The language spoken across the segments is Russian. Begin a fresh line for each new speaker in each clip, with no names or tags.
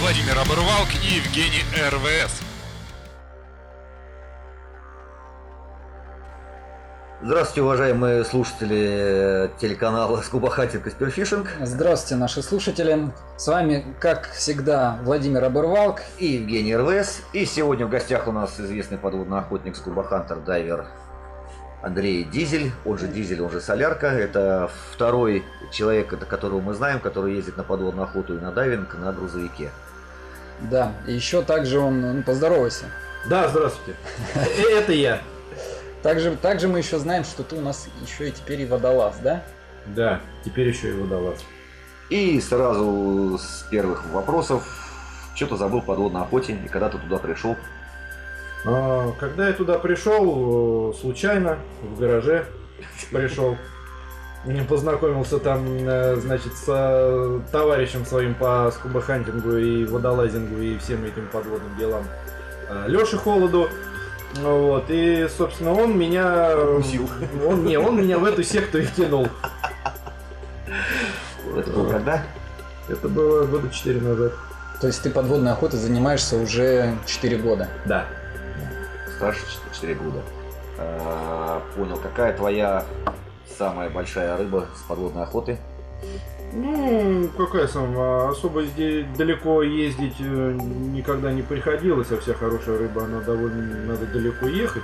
Владимир Оборвалк и Евгений РВС.
Здравствуйте, уважаемые слушатели э, телеканала Скубахатинг и Спирфишинг.
Здравствуйте, наши слушатели. С вами, как всегда, Владимир Оборвалк.
И Евгений РВС. И сегодня в гостях у нас известный подводный охотник Скубахантер Дайвер Андрей Дизель, он же Дизель, он же Солярка. Это второй человек, которого мы знаем, который ездит на подводную охоту и на дайвинг на грузовике.
Да, и еще также он, ну, поздоровайся.
Да, здравствуйте. Это я.
Также, также мы еще знаем, что ты у нас еще и теперь и водолаз, да?
Да, теперь еще и водолаз.
И сразу с первых вопросов, что-то забыл подводной охоте, и когда ты туда пришел?
А, Когда я туда пришел, э, случайно, в гараже пришел, М, познакомился там, э, значит, с э, товарищем своим по скубахантингу и водолазингу и всем этим подводным делам, Леше Холоду. Ну Вот, и, собственно, он меня... э,
Укусил.
Он, не, он меня в эту секту и втянул.
Это было когда?
Это было года 4 назад.
То есть ты подводной охотой занимаешься уже 4 года.
Да.
Старше 4 года. А, Понял, какая твоя самая большая рыба с подводной охоты?
Ну, какая самая, особо здесь далеко ездить э, никогда не приходилось, а вся хорошая рыба, она довольно, надо далеко ехать.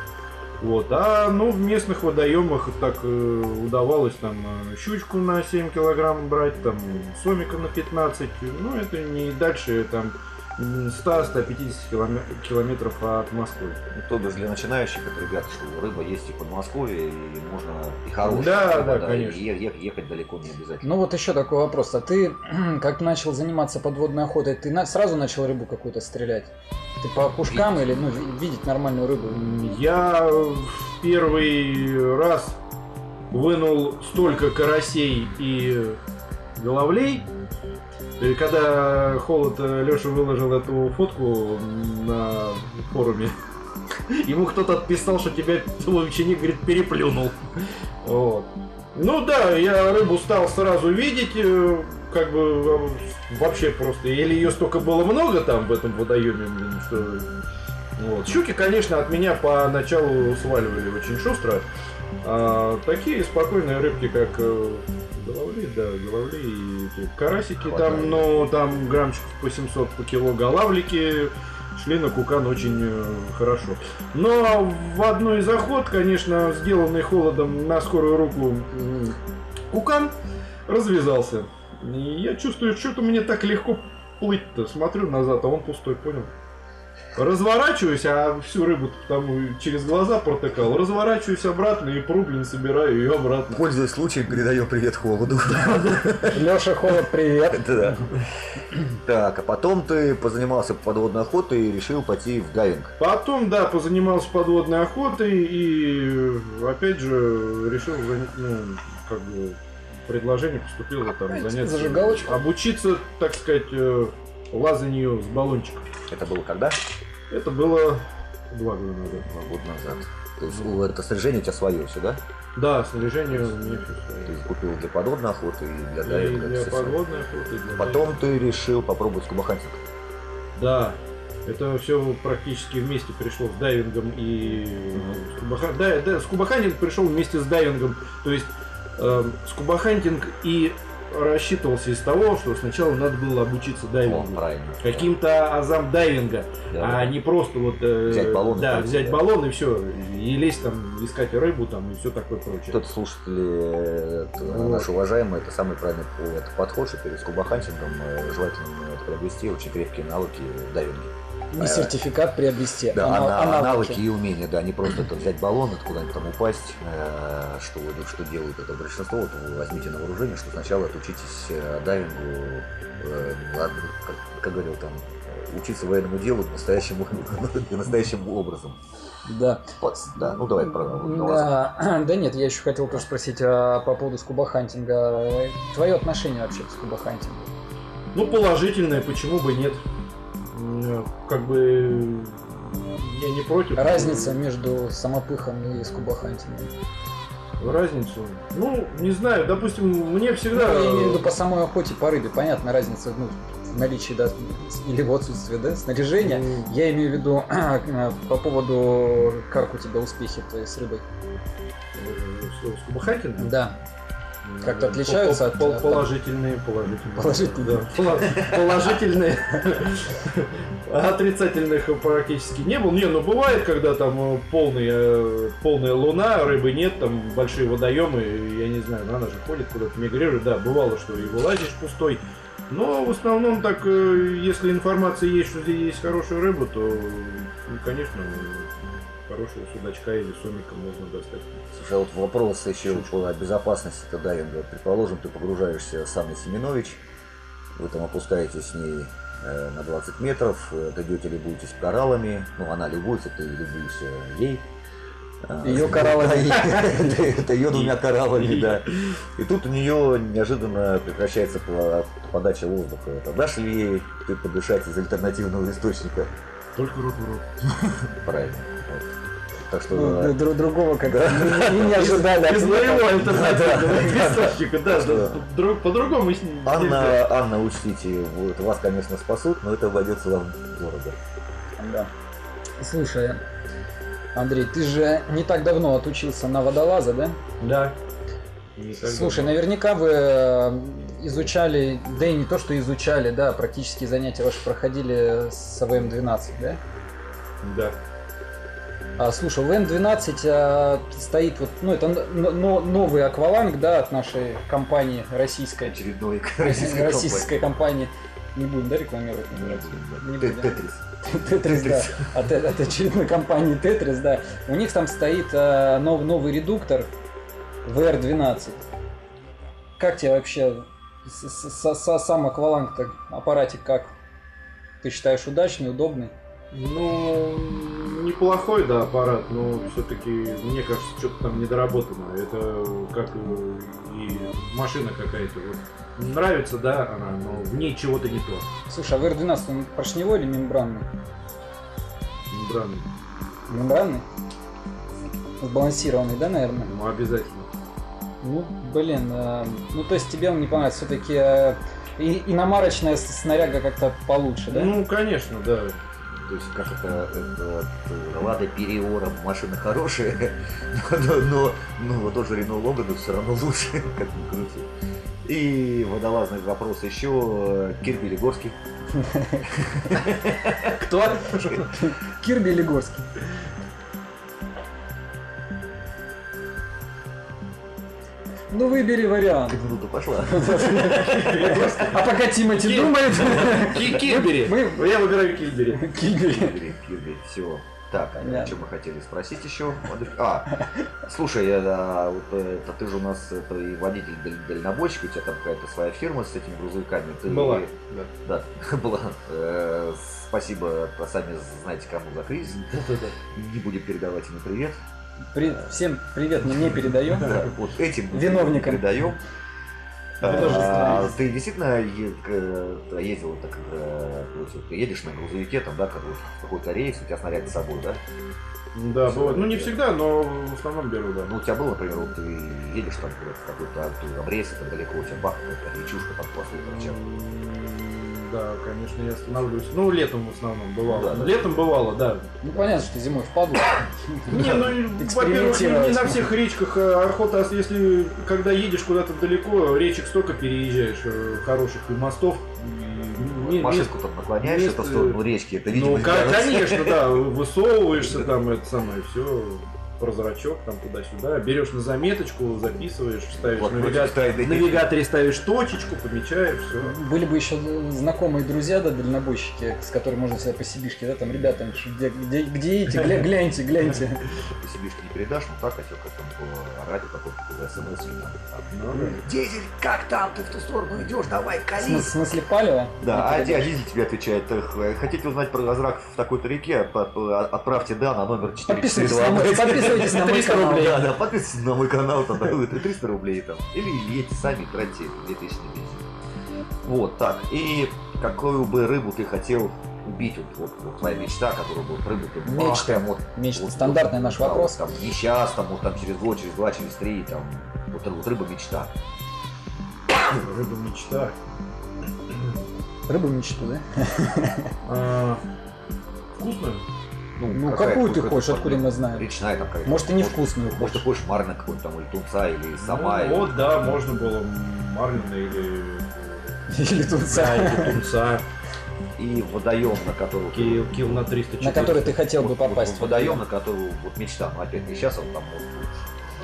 Вот, а ну в местных водоемах так э, удавалось там э, щучку на 7 килограмм брать, там сомика на 15, ну это не дальше там м, 100-150 киломе- километров от Москвы.
Ну, то бишь для начинающих, это, ребят, что рыба есть и в Подмосковье, и можно и хорошая.
Да,
рыба,
да,
и
конечно.
е- е- ехать далеко не обязательно.
Ну вот еще такой вопрос. А ты, как начал заниматься подводной охотой, ты на- сразу начал рыбу какую-то стрелять? Ты по кушкам или ну, ви- видеть нормальную рыбу?
Я в первый раз вынул столько карасей и головлей. И когда холод Леша выложил эту фотку на форуме, ему кто-то отписал, что тебя твой ученик, говорит, переплюнул. Вот. Ну да, я рыбу стал сразу видеть, э, как бы э, вообще просто. Или ее столько было много там в этом водоеме, блин, что вот. Щуки, конечно, от меня поначалу сваливали очень шустро. А такие спокойные рыбки, как э, головли, да, головли и эти карасики
Хватает.
там, ну, там граммчиков по 700 по кило голавлики шли на кукан очень э, хорошо. Но в одной из охот, конечно, сделанный холодом на скорую руку м, кукан развязался. И я чувствую, что-то мне так легко плыть-то. Смотрю назад, а он пустой, понял? Разворачиваюсь, а всю рыбу там и через глаза протыкал. Разворачиваюсь обратно и пру, блин, собираю ее обратно.
Ну, Пользуясь случаем, передаем привет холоду.
Леша Холод, привет.
Да. Так, а потом ты позанимался подводной охотой и решил пойти в дайвинг.
Потом, да, позанимался подводной охотой и, э, опять же, решил, зан- ну, как бы, предложение поступило там
Какая-то
заняться.
зажигалочка.
Обучиться, так сказать, э, лазанию с баллончиком.
Это было когда?
Это было два года назад.
Два года назад. То есть у- это снаряжение у тебя свое все, да?
Да, снаряжение у меня всё
Ты
стоит.
купил для подводной охоты и для
И
дайвинга.
для
всё своё.
подводной охоты, и для
Потом ты решил попробовать скубахантинг.
Да. Это все практически вместе пришло с дайвингом и э, скубаха- да, да, скубахантинг пришел вместе с дайвингом. То есть эм, скубахантинг и рассчитывался из того, что сначала надо было обучиться
О,
дайвингу.
правильно.
Каким-то азам дайвинга,
Да.
а не просто вот э,
Взять баллон и
да,
пойти,
взять
да.
баллон и все, и лезть там, искать рыбу там и все такое прочее.
Кто-то слушатели, это
Вот.
наши уважаемые, это самый правильный по- это подход, что перед скубахантингом э, желательно э, приобрести очень крепкие навыки в дайвинге.
Не сертификат приобрести,
Да,
а на-
ана-
а навыки.
навыки и умения, да, не просто это взять баллон, это куда-нибудь там упасть, э, что, ну, что делают это большинство, вот вы возьмите на вооружение, что сначала отучитесь э, дайвингу, э, ладно, как, как говорил там, э, учиться военному делу настоящему, настоящим образом.
Да.
Вот, да, ну давай про вот, на вас.
Да, да нет, я еще хотел тоже спросить а, по поводу скубахантинга. Твое отношение вообще к скубахантингу?
Ну, положительное, почему бы и нет? М, э, Как бы я не против.
Разница между самопыхом и скубахантингом?
Разницу. Ну, не знаю, допустим, мне
Ну,
всегда.
я имею в виду по самой охоте, по рыбе. Понятно, разница ну, наличии да, или его отсутствии да, снаряжения.
Ну.
М.
Я имею в виду э, по поводу, как у тебя успехи твои с рыбой.
С- с Кубахакиным?
Да. Как-то
Э,
отличаются
пол-
от-
пол-
от-
Положительные, положительные.
Положительные.
Да, пола- Положительные. Отрицательных практически не было. Не, ну бывает, когда там э, полная, полная луна, рыбы нет, там большие водоемы, и, я не знаю, она же ходит куда-то, мигрирует. Да, бывало, что и вылазишь пустой. Но в основном так, э, если информация есть, что здесь есть хорошая рыба, то, ну, конечно, э, хорошего судачка или сомика можно достать.
Слушай, а вот вопрос еще по безопасности то дайвинга. Предположим, ты погружаешься в самый Семенович, вы там опускаетесь с ней э, на 20 метров, э, дойдете, любуетесь кораллами, ну, она любуется, ты любуешься ей. А,
Ее кораллами.
Это это ее двумя кораллами,
И-
да. И тут у нее неожиданно прекращается по- подача воздуха. Это дашь ли ей ты подышать из альтернативного источника?
Только рот в рот.
Правильно. Вот. Так что...
Ну,
э,
д- друг другого как-то
Да.
не не ожидали.
Без моего
Да,
альтернативного
да, да.
источника, да, да,
Да.
друг- по-другому с ним нельзя.
Анна, Анна, учтите, вот, вас, конечно, спасут, но это обойдется вам дорого.
Да. Слушай, Андрей, ты же не так давно отучился на водолаза, да?
Да. Не так
Слушай,
давно.
наверняка вы э, изучали, да и не то, что изучали, да, практические занятия ваши проходили с АВМ-12, да?
Да.
А, слушай, в М12 а, стоит вот, ну это но- но- новый акваланг, да, от нашей компании российской,
Очередной
российской компании. Не будем, да, рекламировать? не будем? Не будем.
Тетрис.
Тетрис, да. От, э, от очередной компании Тетрис, да. У них там стоит а, нов- новый редуктор VR12. Как тебе вообще с- с- со- со- сам акваланг, так, аппаратик как? Ты считаешь удачный, удобный?
Ну, неплохой, да, аппарат, но все-таки, мне кажется, что-то там недоработано. Это как э, и машина какая-то. Вот. Нравится, да, она, но в ней чего-то не то.
Слушай, а VR12 он поршневой или мембранный?
Мембраны.
Мембранный? Сбалансированный, да, наверное?
Ну, обязательно.
Ну, блин, э, ну то есть тебе он не понравится, э, все-таки иномарочная с- снаряга как-то получше, да?
Ну, конечно, да.
То есть, как это, это э, Лада Периора, машина хорошая, но, но, но вот тот же Рено Логан все равно лучше, как ни крути. И водолазный вопрос еще, э, Кир Белигорский.
Кто? Кирби или Горский? Ну выбери вариант.
Минута пошла.
А пока Тимати
Кир-
думает,
Ки- Кильбери.
мы-
Я выбираю Кильбери.
Кирби.
все. Так, а
Да.
о чем мы хотели спросить еще? А, слушай, э, да, вот э, это ты же у нас это и водитель даль- дальнобойщик, у тебя там какая-то своя фирма с этими грузовиками. Ты,
Была. Да.
Да, была. Э, Спасибо, а сами знаете, кому за кризис.
Да-да-да.
Не будем передавать ему привет.
При- Всем привет, мы не передаем.
Да, Вот этим мы
Виновникам.
передаем.
Художественное
А, Ты действительно е- к- э, ездил, так, э, то есть вот ты едешь на грузовике, там, да, как вот какой-то рейс, у тебя снаряд с собой, да?
Да, бывает. Ну, не всегда, но в основном беру, да.
Ну, у тебя был, например, вот ты едешь там куда-то в какой-то ты там рейс, и там далеко, у тебя бах, какая-то речушка там после торчат.
М, Да, конечно, я останавливаюсь. Ну, летом в основном бывало.
Да, да.
Летом бывало, да.
Ну понятно, что зимой впадло.
Не, ну, и, во-первых, не- не на всех речках э, Архота, а если когда едешь куда-то далеко, речек столько переезжаешь э, хороших и мостов. и не- не-
Машинку там наклоняешь
мест,
это в сторону речки, это видимо.
Ну, ко-
кажется.
конечно, да, высовываешься там, это самое все, прозрачок там туда-сюда, берешь на заметочку, записываешь, ставишь
Вот
ну, навигатор.
против тайны.
В навигаторе ставишь точечку, помечаешь, все.
Были бы еще знакомые друзья, да, дальнобойщики, с которыми можно себя по сибишке, да, там, ребята, где, где, где идти, гля- гляньте, гляньте.
По сибирски не передашь, ну так, а что как там по радио, как по смс там.
Ну,
там, Дизель, как там? Ты в ту сторону идешь, давай,
В смыс- в
колись.
смысле палево?
Да, а дядя Дизель тебе отвечает, «Эх, хотите узнать про Азрак в такой-то реке, По- по- отправьте да на номер 4.
Подписывайтесь на мой, подписывайтесь на мой
300
канал.
рублей. Да, да, подписывайтесь на мой канал, там да, это 300 рублей там. Или едьте сами, тратьте 2000 на бензин. Вот так. И какую бы рыбу ты хотел убить? Вот, вот, вот твоя мечта, которую бы вот рыбу ты бах,
Мечта.
прям вот,
Мечта.
вот,
Стандартный
вот,
наш
да,
вопрос.
вот там не сейчас, там вот там через год, через два, через три, там вот, вот рыба мечта.
рыба мечта.
Рыбу мечту, да?
А, вкусную?
Ну,
какая-
какую ты
какая-то
хочешь,
под-
откуда мы знаем?
Речная там какая-то.
Может, и невкусную
Может, ты
хочешь.
хочешь марна какой-нибудь там, или тунца, или сама.
Ну,
или-
вот, да, можно было марлина или...
Или
Да,
тунца,
или тунца.
И водоем, на который...
Кил, кил на 300
на который ты хотел бы
Вот-
попасть.
вот водоем, на который вот мечта. Ну, Опять не сейчас, он там вот, вот,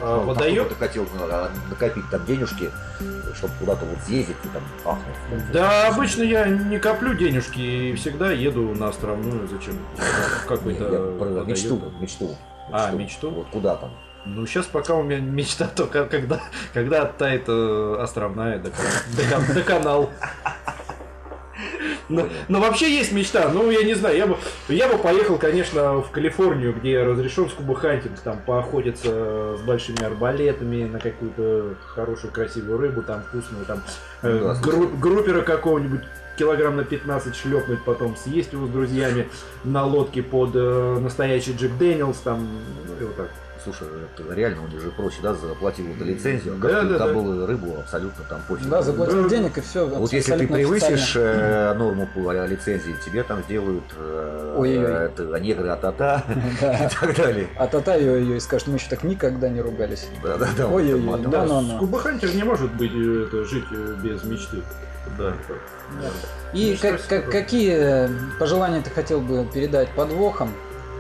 А,
там
водоем?
кто-то хотел ну, а, накопить там денежки, чтобы куда-то вот съездить и там ахнуть.
Да, обычно я не коплю денежки и всегда еду на островную. Зачем?
Не,
Какой-то...
я про
водоем.
мечту, мечту.
А, мечту?
Вот куда там?
Ну, сейчас пока у меня мечта только, когда, когда оттает э, островная до, кан- до канал. Но, но вообще есть мечта. Ну, я не знаю, я бы, я бы поехал, конечно, в Калифорнию, где разрешен скубахантинг, там поохотиться с большими арбалетами на какую-то хорошую, красивую рыбу, там вкусную, там э,
Да,
гру- группера какого-нибудь килограмм на 15 шлепнуть, потом съесть его с друзьями на лодке под э, настоящий Джек Дэниелс, там, ну, и вот так.
Слушай, это реально, он же проще, да, заплатил вот лицензию, а
Да,
как ты
да, да.
забыл рыбу абсолютно там пофиг.
Да, заплатил
Да.
денег и все.
Вот если ты превысишь э, норму по лицензии, тебе там сделают э,
Ой-ой-ой.
э, это, негры а-та-та и
Да.
так далее.
А тата ее и скажет, мы еще так никогда не ругались.
Да-да-да. вот
Ой-ой-ой,
это матом.
А
да, ну, ну.
Скубахантер не может быть э, это, жить э, без мечты. Да.
И
Ну, что
как-
ж,
как-
что?
какие э, пожелания ты хотел бы передать подвохам,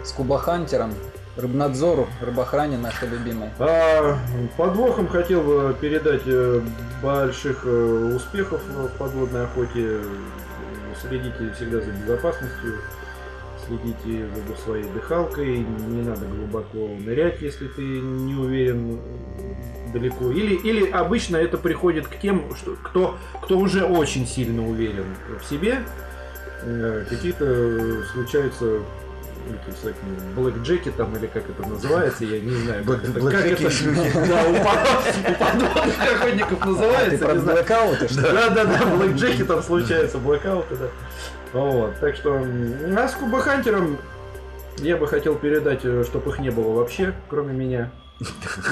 скубахантерам, рыбнадзору, рыбохране нашей любимой?
А, подвохом хотел бы передать э, больших э, успехов э, в подводной охоте. Следите всегда за безопасностью, следите за своей дыхалкой, не надо глубоко нырять, если ты не уверен э, далеко. Или, или обычно это приходит к тем, что, кто, кто уже очень сильно уверен в себе. Э, Какие-то случаются эти всякие блэкджеки там или как это называется, я не знаю. как это- как
Блэкджеки и
это-
шлюхи.
Да, у под- у подводных охотников
ты
называется,
про
не знаю.
блэкауты, что ли?
Да, да, да, блэкджеки там случаются, блэкауты, да. Вот, так что, м, а с Кубахантером я бы хотел передать, э, чтоб их не было вообще, кроме меня.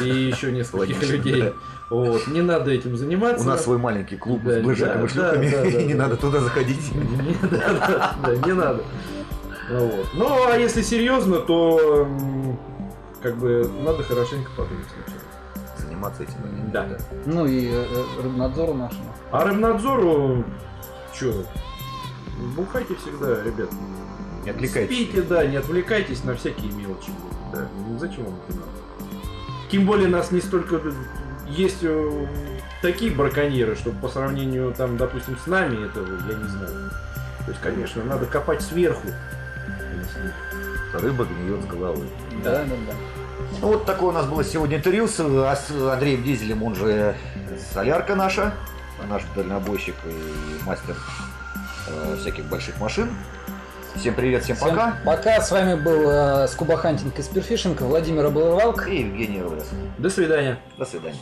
И еще нескольких
Логично,
людей.
да.
Вот, не надо этим заниматься.
У нас свой маленький клуб
Да,
с блэкджеком
да,
и шлюхами,
да, да, да,
не
да.
надо туда заходить.
Не, да, да, да, не надо. Ну, вот. ну а если серьезно, то м, как бы надо хорошенько подумать сначала.
Заниматься этим. или нет,
Да.
Ну и э, рыбнадзору нашему.
А Рыбнадзору, чё, бухайте всегда, ребят.
Не отвлекайтесь.
Спите, да, не отвлекайтесь на всякие мелочи. Да, ну, зачем вам это надо? Тем более нас не столько... Есть э, такие браконьеры, что по сравнению, там, допустим, с нами, это я не знаю. То есть, конечно, надо копать сверху.
Рыба гниет с головы.
Да, да, да.
Ну, вот такое у нас было сегодня интервью с а, с Андреем Дизелем, он же солярка наша, наш дальнобойщик и мастер э, всяких больших машин. Всем привет, всем,
Всем
пока.
Пока. С вами был э, Скубахантинг и Спирфишинг, Владимир Оболвалк.
И Евгений Рылес.
До свидания.
До свидания.